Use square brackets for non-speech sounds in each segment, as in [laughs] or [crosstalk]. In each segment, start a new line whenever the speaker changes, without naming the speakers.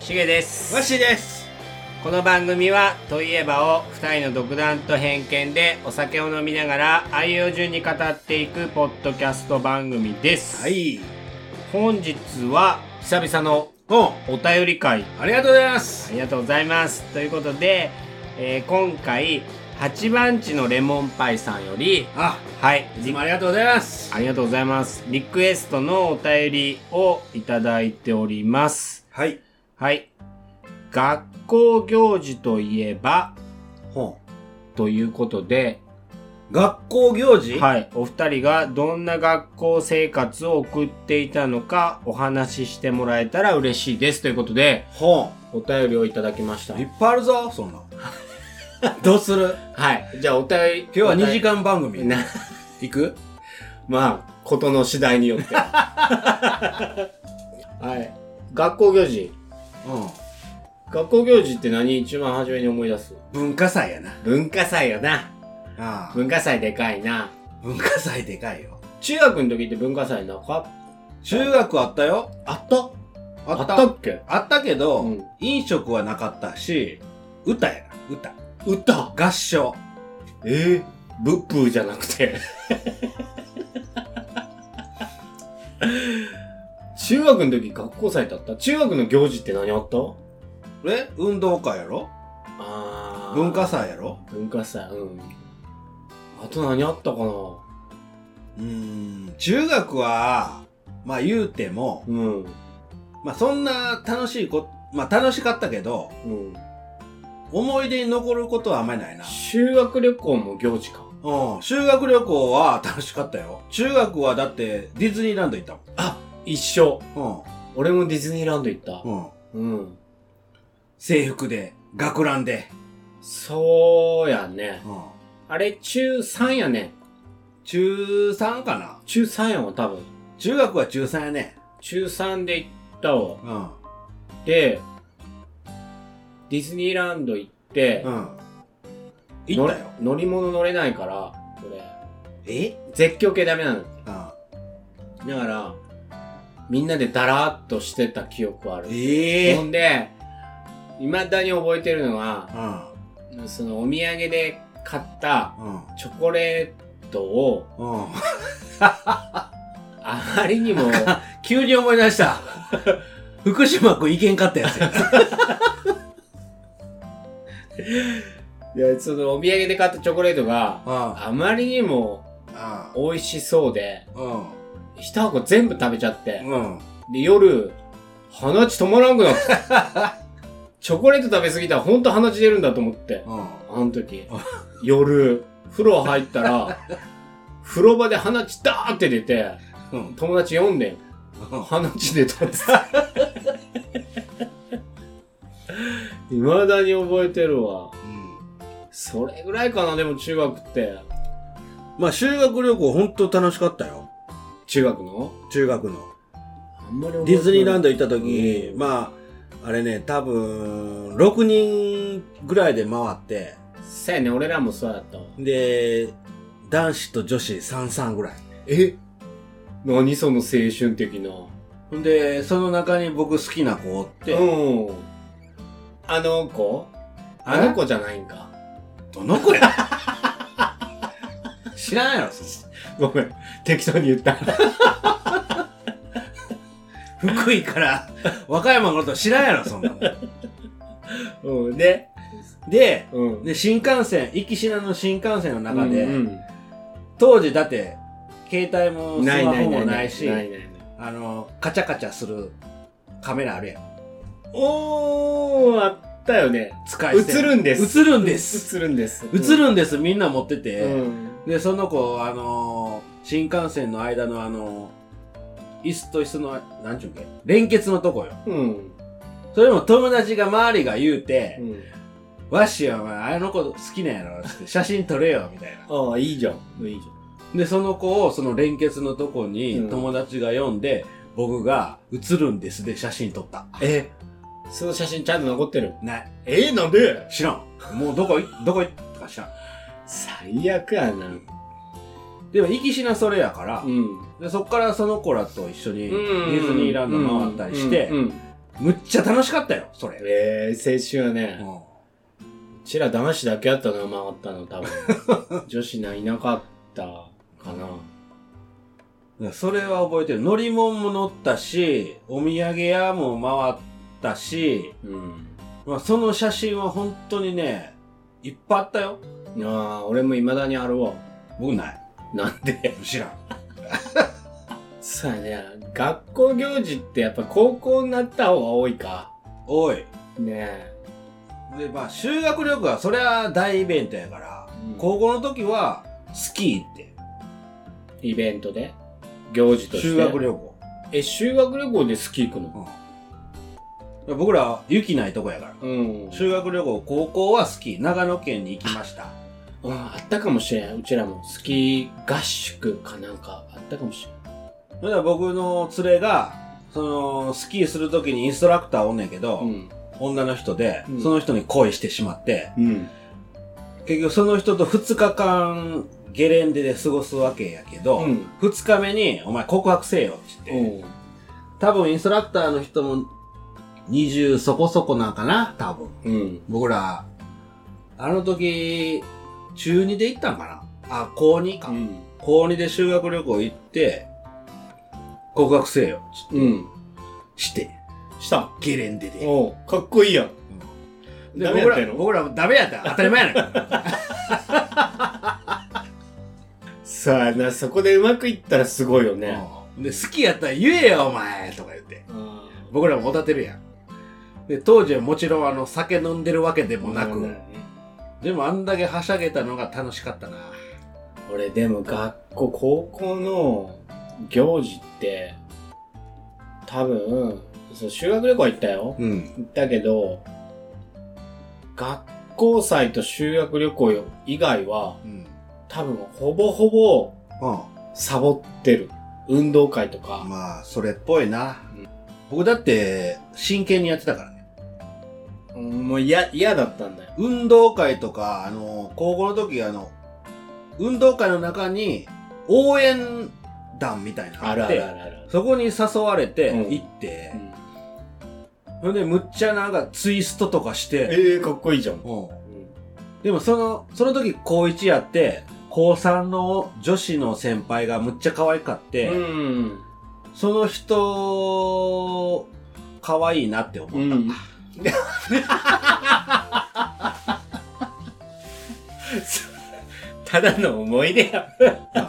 しげです
わっしーです
この番組は「といえば」を2人の独断と偏見でお酒を飲みながら愛用順に語っていくポッドキャスト番組です、
はい
本日は久々の
お
お便り会
ありがとうございます
ありがとうございますということで、えー今回八番地のレモンパイさんより
あ
はい
いつもありがとうございます
ありがとうございますリクエストのお便りをいただいております
はい
はい学校行事といえば
ほ
ということで、
う学校行事
はい、お二人がどんな学校生活を送っていたのかお話ししてもらえたら嬉しいですということで
ほ
お便りをいただきました
ういっぱいあるぞそんな [laughs] どうする
はいじゃあお便り今
今日は2時間番組
な [laughs] 行くまあことの次第によ
[laughs]
ってははい学校行事
うん
学校行事って何一番初めに思い出す
文化祭やな
文化祭よな
あ
文化祭でかいな
文化祭でかいよ
中学の時って文化祭なかっ
中学あったよ
あった
あ
あ
っ
ったたっけ
あったけど、
うん
飲食はなかったし歌やな歌
歌
合唱
ええブップーじゃなくて。 [laughs] 中学の時学校祭だった中学の行事って何あった
え運動会やろ
あー
文化。祭やろ
文化祭、うん。あと何あったかな
うーん中学はまあ言うても、
うん。
まあそんな楽しいこまあ楽しかったけど
うん。
思い出に残ることはあんまりないな
修学旅行も行事か。
うん修学旅行は楽しかったよ中学はだってディズニーランド行った
あ一緒。
もん
俺もディズニーランド行った
う。んうん
うん。
制服で学ランで
そうやね。
うん
あれ、中3やね。
中3かな
中3やわ、多分。
中学は中3やね
中3で行ったわ。
うん
で、ディズニーランド行って、
うん行ったよ
乗乗り物乗れないから、俺、
え
絶叫系ダメなの。
うん
だから、みんなでダラーっとしてた記憶はある。
ええ
ほんで、未だに覚えてるのは、
うん
そのお土産で買った
うん
チョコレートを、
うん
あまりにも、
急に思い出した。 [laughs] 福島君いけんかったやつ [laughs] や。
いやそのお土産で買ったチョコレートが、
う
あまりにも美味しそうで、
ん。
一箱全部食べちゃって、
うん。
で、夜、鼻血止まらんくなった。チョコレート食べ過ぎたらほんと鼻血出るんだと思って。
うん。
あの時。夜、風呂入ったら、風呂場で鼻血ダーって出て、
うん。
友達呼んでん。鼻血出たっつって。いまだに覚えてるわ。それぐらいかな、でも中学って。
まあ、修学旅行ほんと楽しかったよ。
中学の
中学の。
あんまり
ディズニーランド
ド。
行った時
う、ん
まあ、あれね、多分、6人ぐらいで回って、
せやね、俺らもそうやったわ。
で、男子と女子33ぐらい。
え何その青春的な。
ほんで、その中に僕好きな子おって、
うん。あの子あの子じゃないんか。
どの子や [laughs] 知らんやろ、そんな
ごめん。適当に言った。
福井から和歌山のこと知らんやろ、そんなの。
うん。で、
で、
うん。
で、新幹線、行きしなの新幹線の中で、
うん
当時だって、携帯も
うん、な
ス
い
マ
ない
ホ
な
も
い
ないし、
ないないない。
あの、カチャカチャするカメラあるやん。
おー、あったよね。
使い捨て。
映るんです。
映るんです。
映るんです。
映るんです、みんな持って
う
て。
ん。
で、その子、あのー新幹線の間のあのー椅子と椅子の、なんちゅうっけ、連結のとこよ。
うん。うん。
それも友達が周りが言うて
う、ん
わっしーはお前あの子好きなんやろつって、写真撮れよ、みた
[laughs]
いな。
ああ、いいじゃん。いいじ
で、その子をその連結のとこ
う
に
ん
友達が読んで、僕が映るんですで写真撮った。
ゃん。えその写真ちゃんと残ってる。
ない。
えなんで
知らん。もうどこ [laughs] い、どこいとか知らん。
最悪やな。
でも、行きしなそれやから、
ん。
でそっからその子らと一緒にディズニーランド回ったりして
うん、
むっちゃ楽しかったよ、それ。
えー、青春はね、
う
うんちら男子だけやったな、回ったの、多
[laughs]
分。女子ないなかったかな。
それは覚えてる。乗り物も乗ったし、お土産屋も回ったし、
うん。
まあ、その写真は本当にね、いっぱいあったよ。
ああ、俺も未だにあるわ。
僕ない。
なんで [laughs]
知らん。
そうやね。学校行事ってやっぱ高校になった方が多いか。
おい。
ねえ。
で、まあ、修学旅行は、それは大イベントやから、
うん
高校の時は、スキーって、
イベントで行事として。
修学旅行。
え、修学旅行でスキー行くの
うん僕ら、雪ないとこやから。
うん。
修学旅行、高校はスキー。長野県に行きました。
うん、あったかもしれん。うちらもスキー合宿かなんかあったかもしれん。
それで僕の連れが、その、スキーする時にインストラクターおんねんけど、
うん。
女の人で、
うん
その人に恋してしまって、
うん。
結局その人と2日間ゲレンデで過ごすわけやけど、
うん
2日目に、お前告白せえよって言って、
うん。
多分インストラクターの人も20そこそこなんかな、多分。
うん。
僕ら、あの時、中2で行ったんかなあ、高2か。
うん。
高2で修学旅行行って、告白せえよって
うん。
して、
した。
ゲレンデで。
おうかっこいいやん。
で
ダメやったやろ
僕ら、僕らダメやった。当たり前やねん。
さあな、そこでうまくいったらすごいよ [laughs] ね。
うんで、好きやったら言えよ、お前とか言って。
うん
僕らもおだてるやん。で、当時はもちろんあの、酒飲んでるわけでもなく、でもあんだけはしゃげたのが楽しかったな。
俺でも学校、高校の行事って、多分、そう修学旅行は行ったよ。
うん。
行ったけど、学校祭と修学旅行以外は、
うん。
多分ほぼほぼサボってる。運動会とか。
まあ、それっぽいな。
うん
僕だって、真剣にやってたからね。
うんもう嫌、嫌だったんだよ。
運動会とか、あの、高校の時、あの、運動会の中に、応援団みたいなの
ある
あっ
あ
て、
るあるある。
そこに誘われて、
うん
行って
う、ん
ほんで、むっちゃなんかツイストとかして、
ええかっこいいじゃん。
うんでもその、その時高1やって、高3の女子の先輩がむっちゃ可愛かって、
うん。
その人、可愛いなって思った。
うん。ただの思い出や。
だか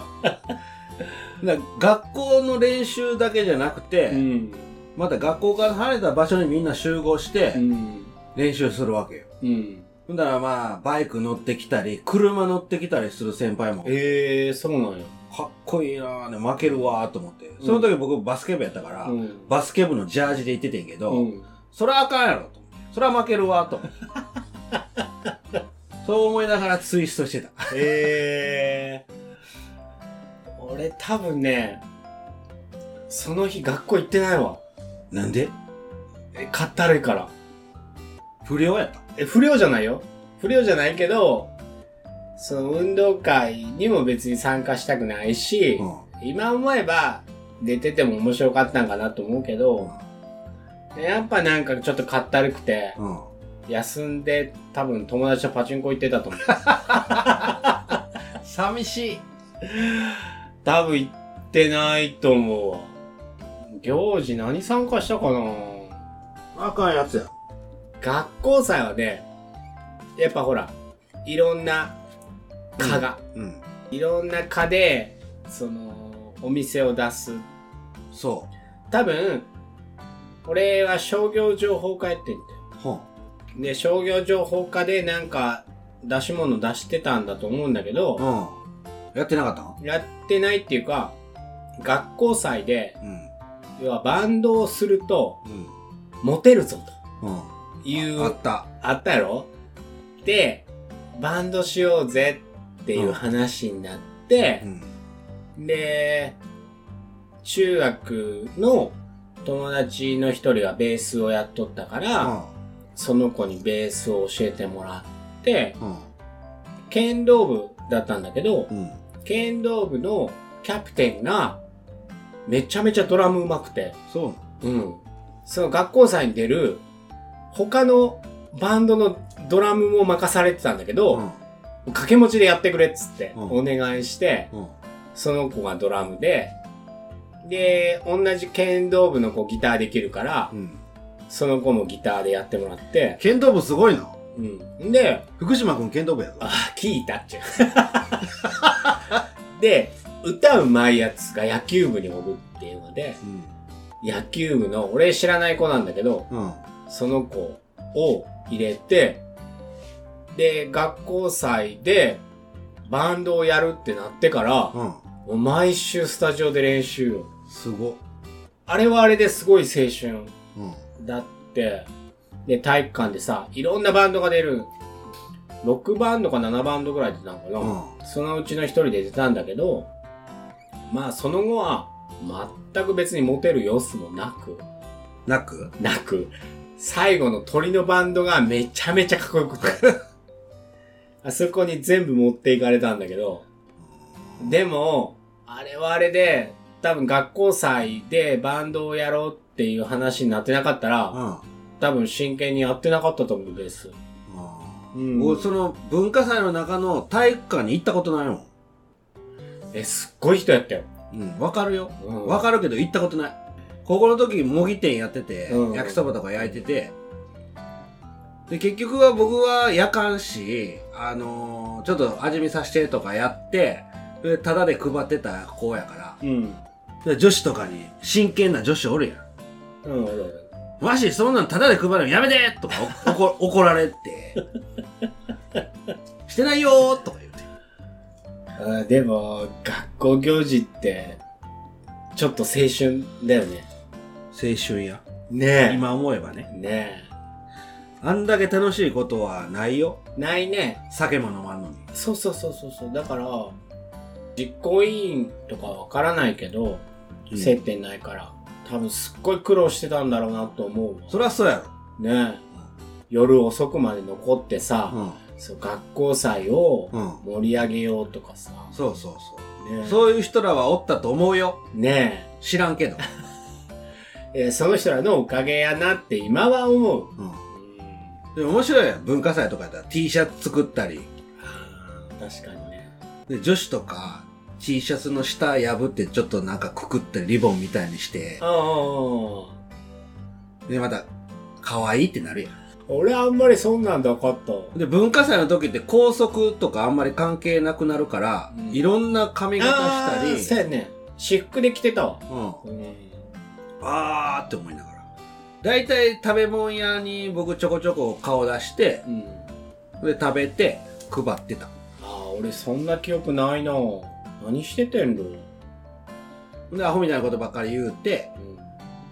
ら学校の練習だけじゃなくて、
ん。
また学校から離れた場所にみんな集合して
う、ん。
練習するわけよ。
うん。
ほんだらまあ、バイク乗ってきたり、車乗ってきたりする先輩も、
ええそうなんや。
かっこいいなぁね、負けるわーと思って。その時僕バスケ部やったから、
うん。
バスケ部のジャージで行っててんけど、
うん。
そらあかんやろと思って。そら負けるわ [laughs] と思って。そう思いながらツイストしてた。
ええ俺多分ね、その日学校行ってないわ。
なんで
え、かったるいから。
不良やった。
え、不良じゃないよ。不良じゃないけど、その運動会にも別に参加したくないし、今思えば出てても面白かったんかなと思うけど、やっぱなんかちょっとかったるくて、
うん。
休んで多分友達とパチンコ行ってたと思う。
寂しい。
[laughs] 多分行ってないと思うわ。行事何参加したかな
あかんやつや。
学校祭はね、やっぱほら、いろんな課が、
うん。
いろんな課で、その、お店を出す。
そ
多分、俺は商業情報課やってんだよ。
う。ほん。
で、商業情報課でなんか出し物出してたんだと思うんだけど、
うん。やってなかった
やってないっていうか、学校祭で、
うん。
要はバンドをすると、
うん。
モテるぞ
うん。
という、
あ
あ
った。
ったやろで、バンドしようぜっていう話になって
う、ん。
で、中学の友達の一人がベースをやっとったから、その子にベースを教えてもらって、
うん。
剣道部だったんだけど、
うん。
剣道部のキャプテンが、めちゃめちゃドラム上手くて、
そう
うん。その学校祭に出る、他のバンドのドラムも任されてたんだけど、
うん
掛け持ちでやってくれっつって、
うん
お願いして、
うん
その子がドラムで、で、同じ剣道部の子ギターできるから、
うん
その子もギターでやってもらって、
剣道部すごいな
うん。で、
福島君剣道部やぞ
ああ、聞いたっちゅう。 [laughs] で、歌うまいやつが野球部におるっていうので、
うん
野球部の、俺知らない子なんだけど、
うん
その子を入れて、で、学校祭でバンドをやるってなってから、
うん
もう毎週スタジオで練習よ。
すご
あれはあれですごい青春
うん
だって、で、体育館でさ、いろんなバンドが出る。6バンドか7バンドぐらい出たのかな、
うん
そのうちの一人で出たんだけど、まあその後は全く別にモテる様子もなく、
なく
なく、最後の鳥のバンドがめちゃめちゃかっこよくて。
[laughs]
あそこに全部持っていかれたんだけど、でも、あれはあれで、多分学校祭でバンドをやろうっていう話になってなかった
う
ら、
ん
多分真剣にやってなかったと思うんです。うん
俺その文化祭の中の体育館に行ったことないもん
え、すっごい人やったよ。
うんわかるよ
うん
わかるけど行ったことない高校の時模擬店やってて、
うん
焼きそばとか焼いててで結局は僕は夜間しあのーちょっと味見させてとかやってでタダで配ってた子やから
うん。
で女子とかに真剣な女子おるやん
うん、俺俺
マジそんなんタダで配るのやめてとかお
[laughs]
おこ怒られてしてないよーとか言って
あーでも、学校行事って、ちょっと青春だよね。
青春や
ね
[laughs] 今思えばね
え。ね
あんだけ楽しいことはないよ
え。ないね。
酒も飲まんのに
そうそうそうそうそう。だから、実行委員とかわからないけど、
うん
接点ないから、多分すっごい苦労してたんだろうなと思うわ
そりゃそうやろ
ねえ夜遅くまで残ってさ、
うん
そう学校祭を
うん
盛り上げようとかさ。
そうそうそう。
ね
そういう人らはおったと思うよ。
え。ね
知らんけど。
ええーその人らのおかげやなって今は思う。
うん。
うん
でも面白いやん。文化祭とかやったら T シャツ作ったり。
あー確かにね。
で、女子とか T シャツの下破ってちょっとなんかくくったりリボンみたいにして。
ああ。
で、また、可愛いってなるやん。
俺あんまりそんなんだかった。
で、文化祭の時って校則とかあんまり関係なくなるから、
うん
いろんな髪型したり。
そうやね。私服で着てたわ。
う
う
ん。
ん
あーって思いながら。だいたい食べ物屋に僕ちょこちょこ顔出して、
うん、
で、食べて、配ってた。
ああ俺そんな記憶ないな何しててんの、うん、
で、アホみたいなことばっかり言うて、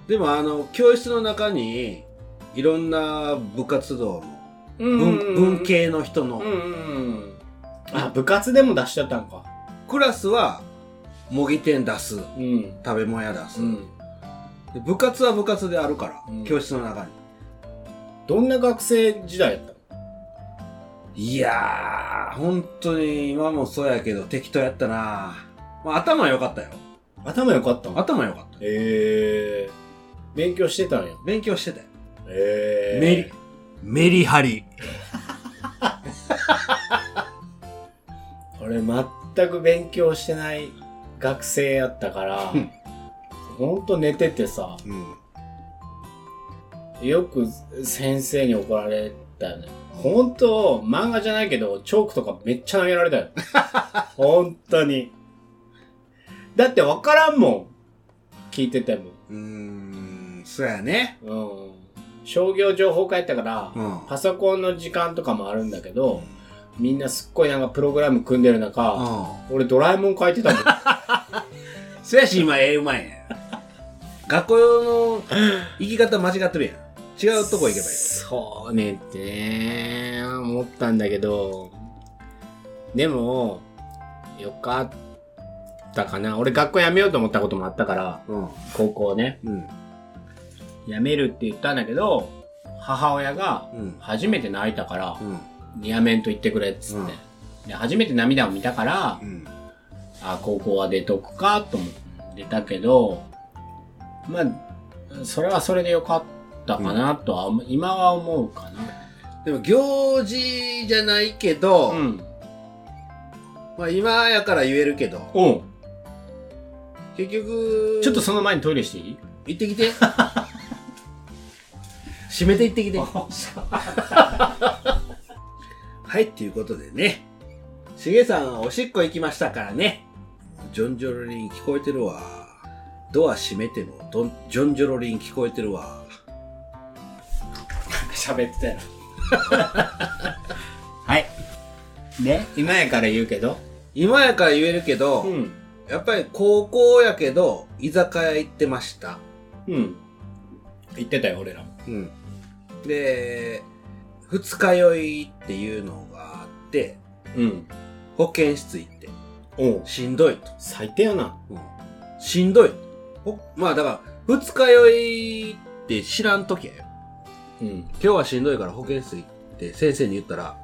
でもあの、教室の中に、いろんな部活動の、文文系の人
うん
の、
うんあ部活でも出しちゃったんか
クラスは、模擬店出す、
うん
食べ物屋出す、
うん
で部活は部活であるから、
うん
教室の中に。
どんな学生時代やったの
いやー、本当に今もそうやけど、適当やったなまあ、頭良かったよ。
頭良かったの
頭良かった。
ええ勉強してたんや
勉強してたよ。
ええ
メリ、メリハリ。
俺全く勉強してない学生やったから
うん
ほんと寝ててさ
うん。
よく先生に怒られたよね。本当漫画じゃないけど、チョークとかめっちゃ投げられ
[laughs]
たよ。本当に。だってわからんもん。聞いてても。
うーん、そうやね。
うん。商業情報科やったから、
うん
パソコンの時間とかもあるんだけど、みんなすっごいなんかプログラム組んでる
う
中、
ん。
俺ドラえもん書いてたもん。
そやし今絵うまいね学校の行き方間違ってるやん。違うとこ行けばいい。
そうねってね思ったんだけどでもよかったかな俺学校辞めようと思ったこともあったから
うん。
高校ね
うん。
辞めるって言ったんだけど母親が
うん。
初めて泣いたから
うん。
辞めんと言ってくれっつって、で初めて涙を見たから
うん。
あ高校は出とくかと思って出たけどまあそれはそれでよかったかなとは思う、今は思うかな。
でも行事じゃないけど、
ん。
まあ今やから言えるけど、
うん。
結局、
ちょっとその前にトイレしていい
行ってき [laughs] て。閉めて行ってきて。はい、っていうことでね。しげさんはおしっこ行きましたからね。ジョンジョロリン聞こえてるわ。ドア閉めても、どんジョンジョロリン聞こえてるわ。
喋ってたよ。 [laughs] はい。で、今やから言うけど。
今やから言えるけど、
ん。
やっぱり高校やけど、居酒屋行ってました。
うん。言ってたよ、俺らも。
うん。で、二日酔いっていうのがあって、
うん。
保健室行って、
おう
しんどいと。
最低やな。
しんどい。ほまあだから、二日酔いって知らんときやよ。
うん。
今日はしんどいから保健室行って先生に言ったら、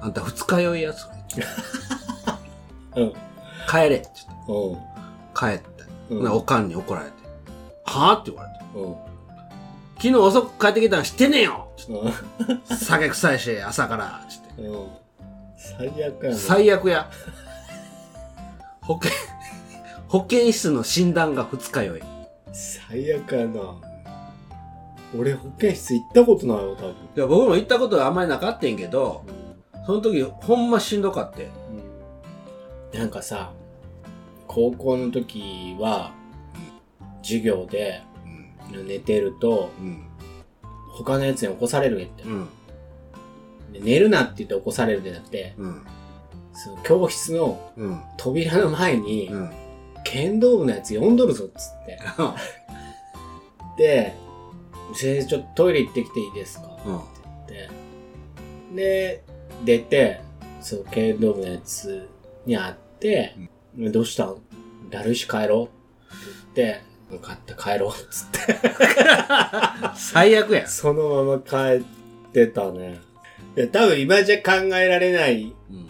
あんた二日酔いやつ。
うん。
帰れ。ちょっ
おう
と帰った。
う
ほ
ん
なおかんに怒られて。はぁって言われて。
おう
昨日遅く帰ってきたら知ってねえよちょ
うん
っと酒臭いし、朝から。ちょっと
うん。最悪やな。
最悪や。保健、保健室の診断が二日酔い。
最悪やな。俺保健室行ったことないよ、多分。
いや僕も行ったことはあんまりなかったんけど、その時ほんましんどかって。
うんなんかさ、高校の時は、授業で
うん。
寝てると、
うん。
他のやつに起こされるねって。
うん。
で寝るなって言って起こされるんじゃなくて、
うん。
その教室の
うん。
扉の前に、
[laughs] うん。
剣道部のやつ呼んどるぞっつって。で、先生ちょっとトイレ行ってきていいですかって。で、出て、その剣道部のやつに会って、どうしたんだるいし帰ろうって言って、分かった帰ろうっつって。
最悪や。
[laughs] そのまま帰ってたね。いや、多分今じゃ考えられない。
うん。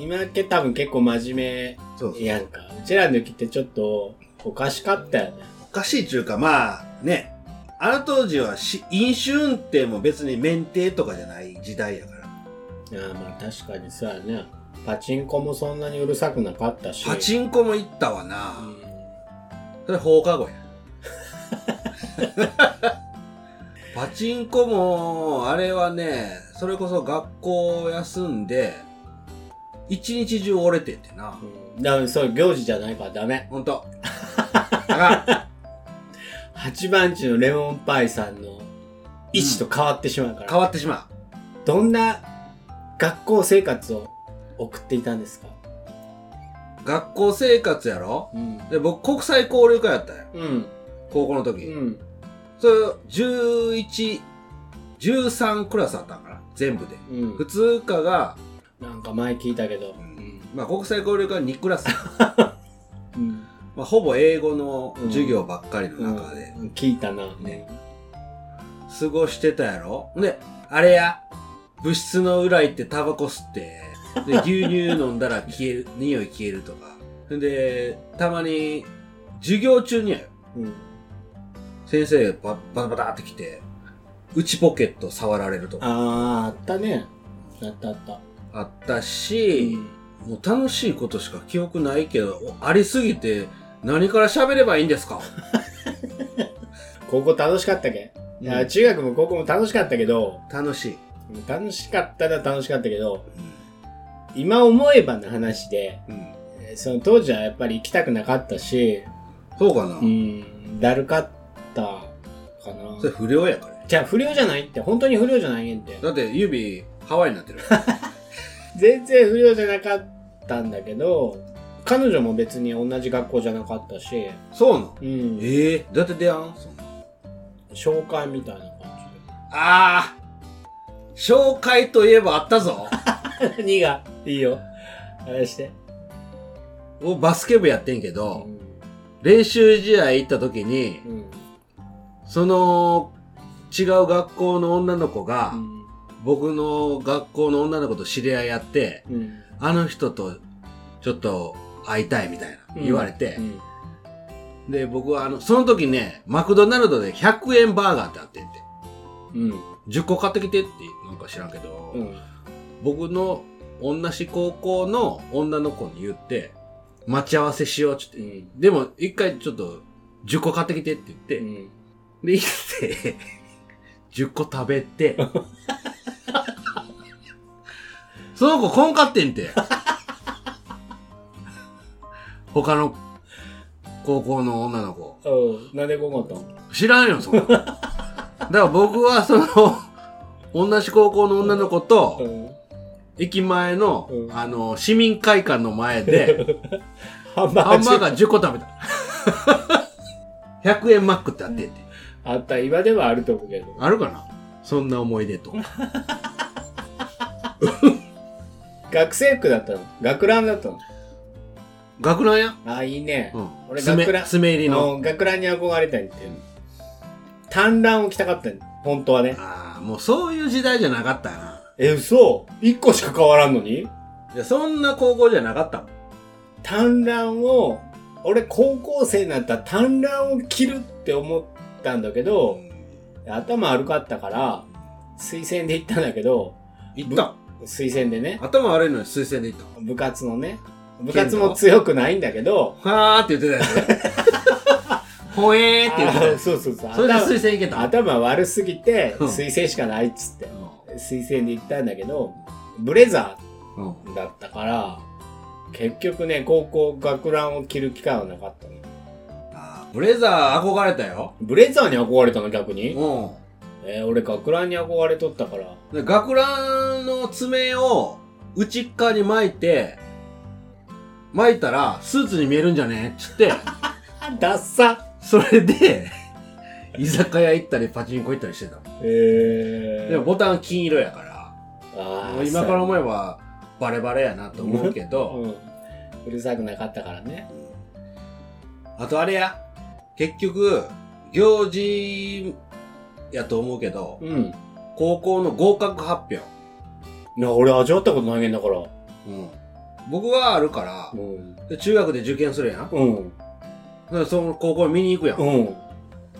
今って多分結構真面
そうそう
目やんか。うちらの時ってちょっとおかしかったよね。
おかしいっていうか、まあ、ね。あの当時はし、飲酒運転も別に免停とかじゃない時代やから。
ああまあ確かにそうやね。パチンコもそんなにうるさくなかったし。
パ
ン
チンコも行ったわな。それ放課後や。パチンコも、あれはね、それこそ学校休んで、一日中折れてってな。
うん。だからそう、行事じゃないからダメ。
ほんと。あかん
八番地のレモンパイさんの位置と変わってしまうから。
変わってしまう。
どんな学校生活を送っていたんですか
学校生活やろ
うん。
で、僕、国際交流会やったんよ。
うん。
高校の時。
うん。
それ、11、13クラスあったんかな全部で。
うん
普。通科が、
なんか前聞いたけど。
まあ、国際交流会2ク
[laughs]
ラス。
うん。
まあ、ほぼ英語の授業ばっかりの中で、
うん聞いたな。
ね過ごしてたやろで、あれや、物質の裏行ってタバコ吸って、
[laughs]
で、牛乳飲んだら消える、匂い消えるとか。で、たまに、授業中にやよ。
うん。
先生がババタバタってきて、内ポケット触られるとか
ああ、あったね。あったあった。
あったし、もう楽しいことしか記憶ないけど、おありすぎて何から喋ればいいんですか、
高校楽しかったけ、いや中学も高校も楽しかったけど、
楽しい。
楽しかったら楽しかったけど、今思えばの話で、
うん
えーその当時はやっぱり行きたくなかったし、
そうかな、
うん、だるかったかな
それ。不良やから。
じゃあ不良じゃないって、本当に不良じゃないねんって。
だって指、ハワイになってる。
全然不良じゃなかったんだけど、彼女も別に同じ学校じゃなかったし、
そうなの
うん、
ええだって出やんそんな
紹介みたいな感
あー紹介といえばあったぞ
じで。何がいいよ。あれして。
僕バスケ部やってんけ
う
ど、
ん。
練習試合行った時に、
うん。
その違う学校の女の子が、
うん
僕の学校の女の子と知り合いやって、
うん。
あの人とちょっと会いたいみたいな
うん
言われて、
うん
で、僕はあの、その時ね、マクドナルドで100円バーガーってあってんて。
うん。
10個買ってきてって、なんか知らんけど、
うん。
僕の同じ高校の女の子に言って、待ち合わせしようって
う
言って。
ん。
でも、一回ちょっと、10個買ってきてって言って、
うん。
で、行って、10個食べて、その子こんかってんて。他の高校の女の子。
うん。なんでこう思っ
知らんよ、そんな。だから僕はその、同じ高校の女の子
たん
と、
うん。
駅前の、
うん
あの、市民会館の前で、
ハンバ
ハ
ー
ン
ガ
バー
ー
ガー10個食べ
[laughs]
た。100円マックってあってんて。
あった、今ではあると思うけど。
あるかなそんな思い出と。
学生服だったの学ランだったの
学ランや
あ、いいね。
うん。
俺
爪
学ラン
爪入りの。
うん学ランに憧れたいって。単ランを着たかったの本当はね。
ああ、もうそういう時代じゃなかったな。
え、嘘一個しか変わらんのに
いや、そんな高校じゃなかったもん。
単乱を、俺高校生になったら単乱を切るって思ったんだけど、頭悪かったから、推薦で行ったんだけど、
行ったん
推薦でね、
頭悪いのに推薦で行っ
部活のね、部活も強くないんだけど、
たんはーって言って
[laughs]
たやつ。ほえーって言ってた
あ
や
ー
つ。
そうそうそう。
それで推
頭
薦行けた。
頭悪すぎて、
うん
推薦しかないっつって、
う
推薦で行ったんだけど、ブレザ
ん。うん
ーだったから、結局ね、高校学ランを着る機会はなかったの。
あーブレザー憧れたよ。
ブレザーに憧れたの逆に
う
えー俺学ランに憧れとったから
ん。で学ランの爪を内っ側に巻いて、巻いたらスーツに見えるんじゃねっつって、
あダッサ
それで、 [laughs] 居酒屋行ったりパチンコ行ったりしてた。
えー、
でもボタン金色やから、
あ
も
ー
う今から
そう
思えばバレバレやなと思うけど、
うん、うるさくなかったからね
あとあれや、結局、行事やと思うけど、
うん
高校の合格発表。
な俺味わったことないげんだから
うん僕はあるから
う、ん
で中学で受験するやん。だか
うん
らその高校見に行くやん。だ
う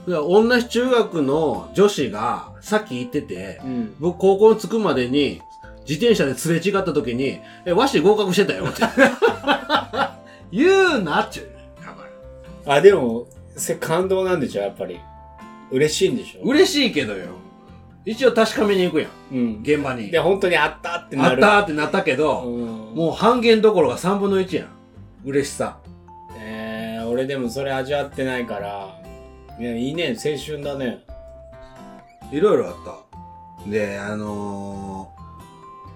か
ん
ら同じ中学の女子がさっき行ってて、
うん
僕高校に着くまでに、自転車ですれ違った時に、え、和紙合格してたよって。 [laughs] 言うなっちゅう。だから
あでもそれ感動なんでしょやっぱり嬉しいんでしょ
嬉しいけどよ。一応確かめに行くやん。
うん
現場に
で。本当にあったって
あ
な
っ
る
たーってなったけど、
うん
もう半減どころが3分の1やん。嬉しさ。
えー、俺でもそれ味わってないからいやいいね青春だね
いろいろあった。で、あの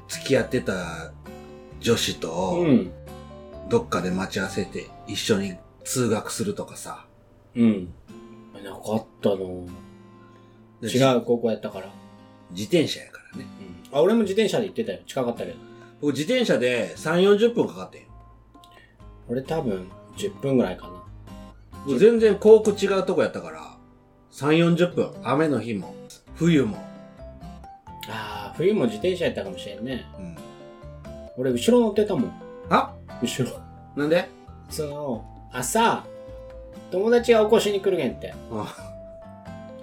ー、付き合ってた女子
う
と、
ん
どっかで待ち合わせて一緒に通学するとかさ。
うんなかったの
で
違う高校やったから、
自転車やからね。
あ俺も自転車で行ってたよ近かったけど
僕自転車で3、40分かかってんよ。
俺多分10分ぐらいかな
もう全然校区違うとこやったから、3、40分。雨の日も、冬も。
あー冬も自転車やったかもしれんね
うん。
俺後ろ乗ってたもん
あ
後ろ
なんで
その朝友達が起こしに来るげんって
う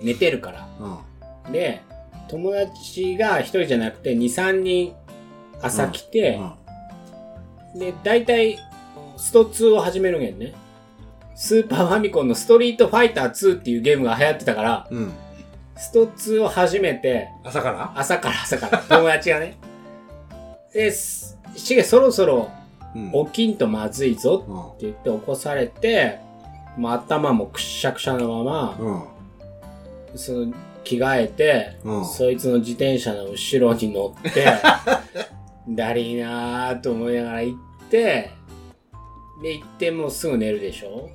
寝てるから
ん。うん。
で友達が1人じゃなくて23人朝来て、で大体スト2を始めるげんねスーパーファミコンのストリートファイター2っていうゲームが流行ってたから
うん。うん。
スト2を始めて
朝から
朝から朝から、友達がね。で、すしげそろそろ
うん
起きんとまずいぞ
う
って言って起こされて、まあ、頭もくっしゃくしゃのまま、
ん。
その着替えて、
うん。
そいつの自転車の後ろに乗
[laughs]
って、だりーなーと思いながら行って、で、行ってもうすぐ寝るでしょ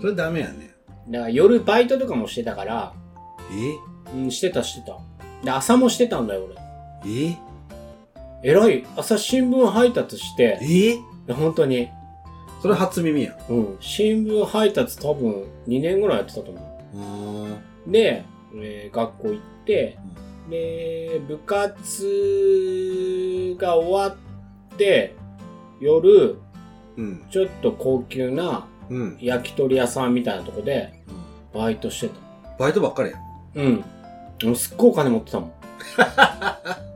それダメやね。
だから夜バイトとかもしてたから、
え
うん、してたしてた。で、朝もしてたんだよ、
え
俺。えらい、朝新聞配達して、
え
いや本当に。
それ初耳や。
うん。新聞配達多分2年ぐらいやってたと思
うん。
う。で、えー学校行って、で、部活が終わって、夜、
うん。
ちょっと高級な
うん。
焼き鳥屋さんみたいなとこでバイトしてた。
バイトばっかりやん。
うん。もうすっごいお金持って
[laughs]
たもん。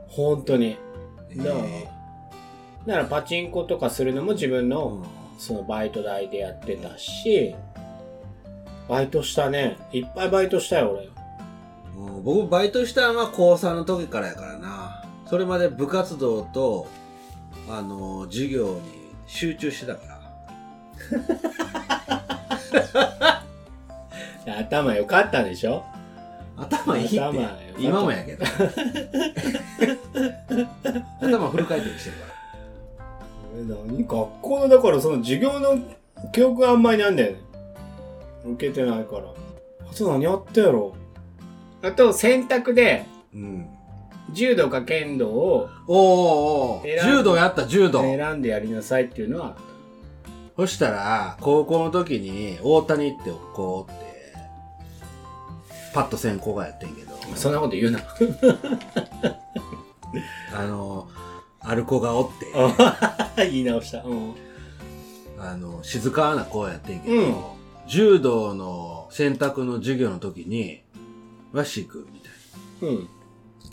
本当に。だから、だからパチンコとかするのも自分
う
の、
ん。
そのバイト代でやってたし、バイトしたね。いっぱいバイトしたよ、俺。
うん僕バイトしたのは高3の時からやからなそれまで部活動とあの授業に集中してたから
頭良かったでしょ
頭いいって
頭良かった
今も
[laughs]
やけど頭フル回転してるから
え何学校の、だからその授業の記憶があんまりないんだよね。受けてないから。あと何やったやろあと、選択で、
うん
柔道か剣道を
おーおーおー
選ん
柔道やった柔道
選んでやりなさいっていうのは、
そしたら高校の時に大谷ってこうってパッと先行がやってんけど
そんなこと言うな。
あのある子がおっ
[laughs]
て
言い直した。うん。
あの、静かな子やってんけど、
うん
柔道の選択の授業の時に、わっしーくんみたいな。
うん。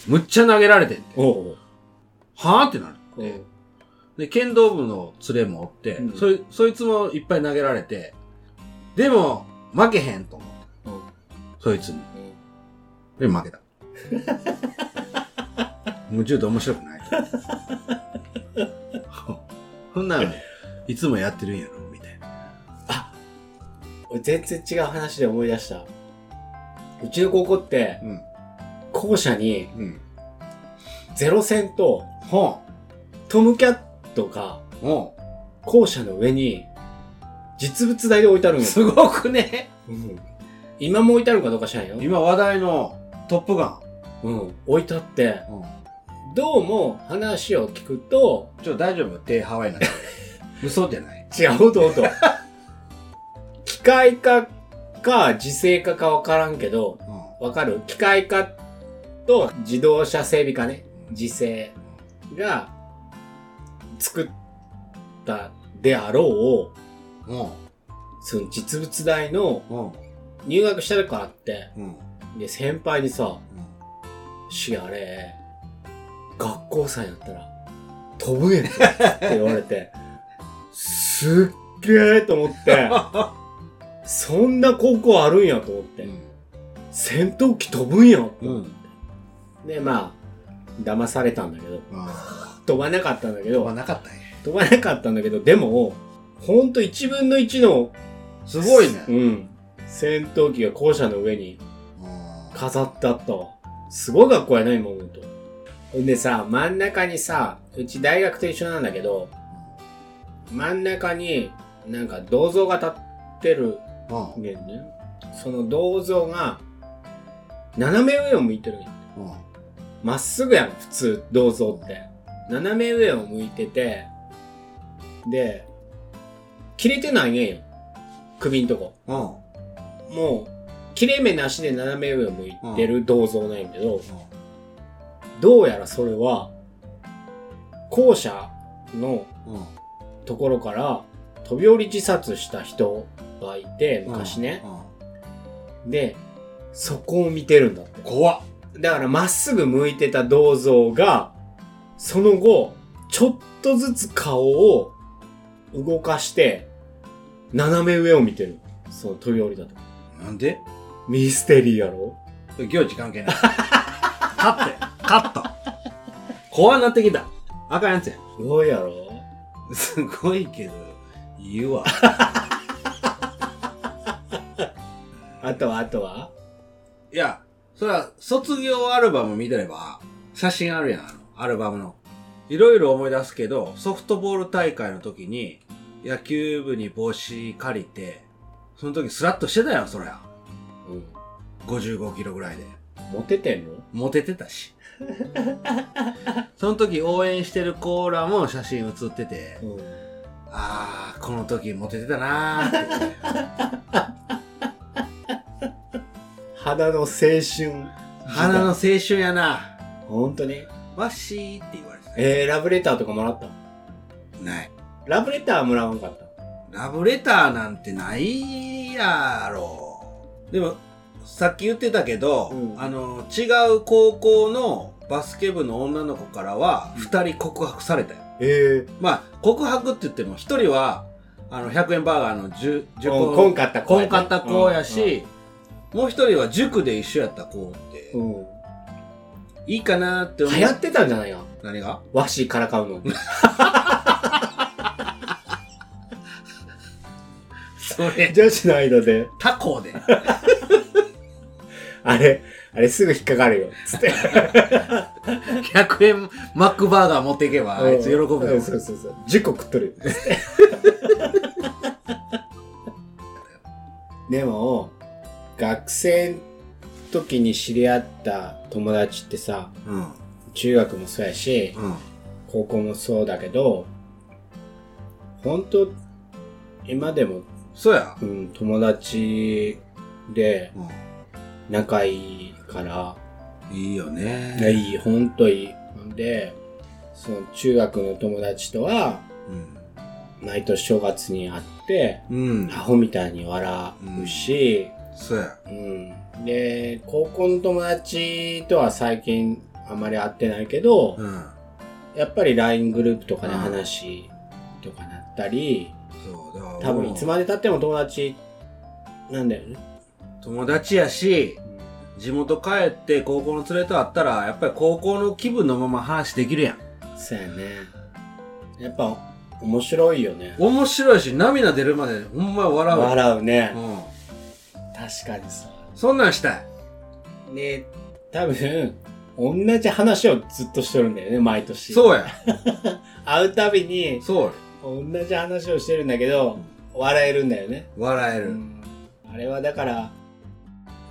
むっちゃ投げられてんて。
おう
はぁってなる。
おう。うん。
で、剣道部の連れもおって、
うん
そい、そいつもいっぱい投げられて、でも、負けへんと思って、
うん。
そいつに。で、負 [laughs] けた。もう柔道面白くない [laughs] そんなん、いつもやってるんやろみたいな。
俺全然違う話で思い出した。うちの高校って、
うん。
校舎に
うん。
ゼロ戦と
ほ
トムキャットが
う。ほう。
校舎の上に実物大で置いてあるんよ。
すごくね
うん今も置いてあるかどうか知らんよ。
今話題の「トップガ
うん。置いてあって、
ン」
どうも話を聞くと、
ちょっと大丈夫手ハワイなんだ [laughs] 嘘じゃない
違うと、と。 [laughs] 機械化か自制化かわからんけど、
うん
わかる機械化と自動車整備化ね。自制が作ったであろう、
うん
その実物大の
うん
入学した時からあって、
うん
で、先輩にさ、しあれ、学校祭やったら飛ぶんやんぞって言われて、すっげーと思って、そんな高校あるんやと思って、戦闘機飛ぶんやん。
うんうん
で、まあ、騙されたんだけど、
あ
飛ばなかったんだけど、
あなかったね
飛ばなかったんだけど、でも、ほんと1分の1の、
すごいね
うん、戦闘機が校舎の上に
うん
飾ってあったわ。すごい学校やな、今思うと。ほんでさ、真ん中にさ、うち大学と一緒なんだけど、真ん中になんか銅像が立ってる
うん
んだよね。その銅像が、斜め上を向いてるんや
うん
まっすぐやん、普通、銅像って。斜め上を向いてて、で、切れてないねんよ。首んとこ。
うんうん
もう、切れ目なしで斜め上を向いてる銅像なんやけど、どうやらそれは、校舎の
うん
ところから飛び降り自殺した人がいて、昔ね。
うん
で、そこを見てるんだって。
怖っ
だからまっすぐ向いてた銅像が、その後、ちょっとずつ顔を動かして、斜め上を見てる。その飛び降りだと。
なんで
ミステリーやろ
行事関係 [laughs] ないカッてカット怖なってきたあかんやつや
すごいやろ
すごいけど言うわ
あとはあとはい
や、それは卒業アルバム見てれば、写真あるやん、あの、アルバムの。いろいろ思い出すけど、ソフトボール大会の時に、野球部に帽子借りて、その時スラッとしてたやん、そりゃ。
うん。
55キロぐらいで。
モテてんの
モテてたし。その時応援してるコーラも写真写ってて、
うん。
あー、この時モテてたなーって。
花の青春。
花の青春やな。
ほんとに
わっしーって言われて
えー、ラブレターとかもらった
た。ない。
ラブレターはもらわんかった。
ラブレターなんてないやろ。でも、さっき言ってたけど、
うん
あの、違う高校のバスケ部の女の子からは、
うん
二人告白されたよ。
ええ
まあ、告白って言っても、一人は、あの、100円バーガーの10、10個、
こんかった
こ
や
んかった子やし、もう一人は塾で一緒やった子って、
うんうん
いいかなって思う。
流行ってたんじゃないの
何が
和紙からかう
[laughs]
の。
それ、
女子の間で。
他校で。
あれ、あれすぐ引っかかるよ。つって。
100円マックバーガー持っていけば、あいつ喜ぶよ。
うんそうそうそう。10個食っと
[laughs]
るよ。でも、学生の時に知り合った友達ってさ、
うん。
中学もそうやし、
うん。
高校もそうだけど、本当今でも、
そうや。
うん、友達で
う
仲いいから、
ん。いいよね。
いや、いい、ほんといい。ほんで、その中学の友達とは、毎年正月に会って、
うん。うん
ア。ホみたいに笑うし、
そうや。
うん。で、高校の友達とは最近あんまり会ってないけど、
うん。
やっぱり LINE グループとかで話とかなったり、
そう、だから
多分いつまで経っても友達なんだよね。
友達やし、地元帰って高校の連れと会ったら、やっぱり高校の気分のまま話できるやん。
そうやね。やっぱ面白いよね。
面白いし、涙出るまでほんま笑う。
笑うね。
うん。
確かにさ。
そんなんしたい。
ね、多分、同じ話をずっとしとるんだよね、毎年。う。
そうや。
会うたびに、
そうよ
同じ話をしてるんだけど、笑えるんだよね。
笑える。
うんあれはだから、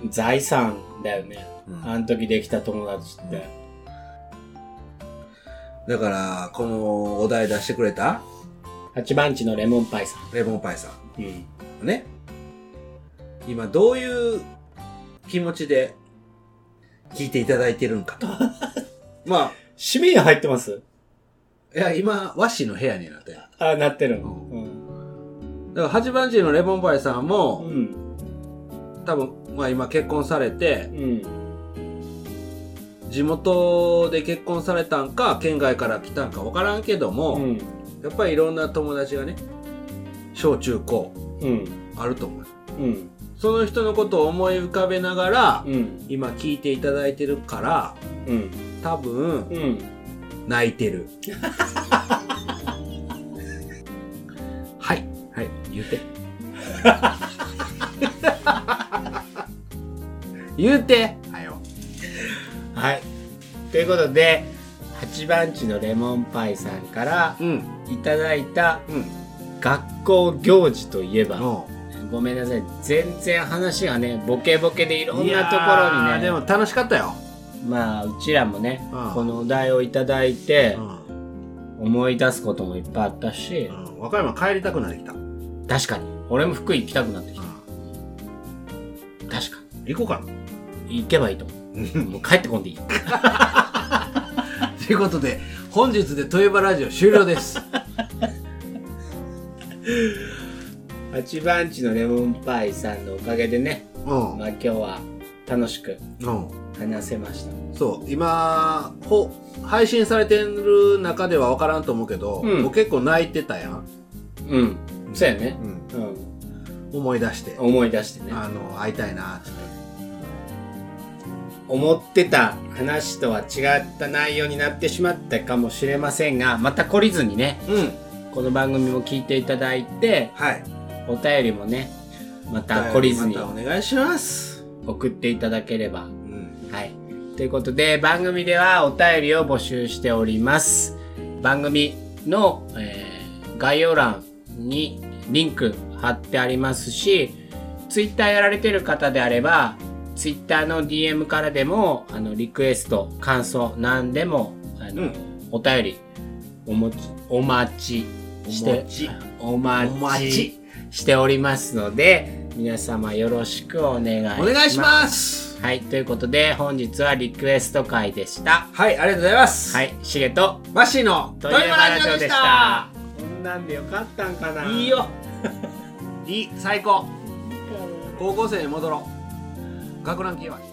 財産だよね。
うん
あの時できた友達って。
だから、このお題出してくれた
八番地のレモンパイさ
レモンパイさ
ん。うん。
ん。ね。今、どういう気持ちで聞いていただいてるん
[laughs]
かと。まあ、
締めに入ってます
いや、今、和紙の部屋になってる。だか
あ、なってるの。
う
うん。
ら、八番地のレモンパイさん
う
も、
ん。
多分、まあ今結婚されて
う、ん。
地元で結婚されたんか、県外から来たんかわからんけども、
うん。
やっぱりいろんな友達がね、小中高、
うん。
あると思う。
うん。
その人のことを思い浮かべながら、
うん。
今聞いていただいてるから、
うん。
多
う
分、
ん。
泣いてる。はい。はい。言って。言うて。はよ。
はい。ということで、八番地のレモンパイさんから
うん。
いただいた
うん。
学校行事といえば、
の
ごめんなさい。全然話がね、ボケボケでいろんなところにね、
でも楽しかったよ。
まあ、うちらもね、
うん
このお題をいただいて、
ん。
思い出すこともいっぱいあったし、
ん。和歌山帰りたくなってきた。うん。
確かに、俺も福井行きたくなってきた。確か
行こうかな。
に。行けばいいと思う。もう帰ってこんでいい。
[laughs] ということで、本日でトヨバラジオ終了です。
八番地のレモンパイさんのおかげでね、
うん。
まあ今日は楽しく
うん。
話せました。
そう今ほ配信されてる中では分からんと思うけど、
うん
もう結構泣いてたやん、
うん。そうやね。うん。
思い出して、
思い出してね。
あの会いたいなっつって
思ってた話とは違った内容になってしまったかもしれませんが、また懲りずにね、
うん
この番組も聞いていただいて、
はい
お便りもね、また懲りずに
またお願いします、
送っていただければ。
うん、
はい。ということで、番組ではお便りを募集しております。番組の、えー概要欄にリンク貼ってありますし、ツイッターやられてる方であれば、ツイッターの DM からでも、あの、リクエスト、感想、何でも、あの、
うん
お便り、おもち、お待ちして、お待ち
お待ち
しておりますので、皆様よろしくお願いします。
お願いします
はい、ということで本日はリクエスト会でした。
はいありがとうございます、
はい、しげと
マッシーの
ト
ト
イレ
ヨ
ラ
バラ
ジ
ジ
オ
オ
で
で
し
したた。
こんなんでよかったんかな。
いいよいい最高高校生に戻ろう学ラン消えました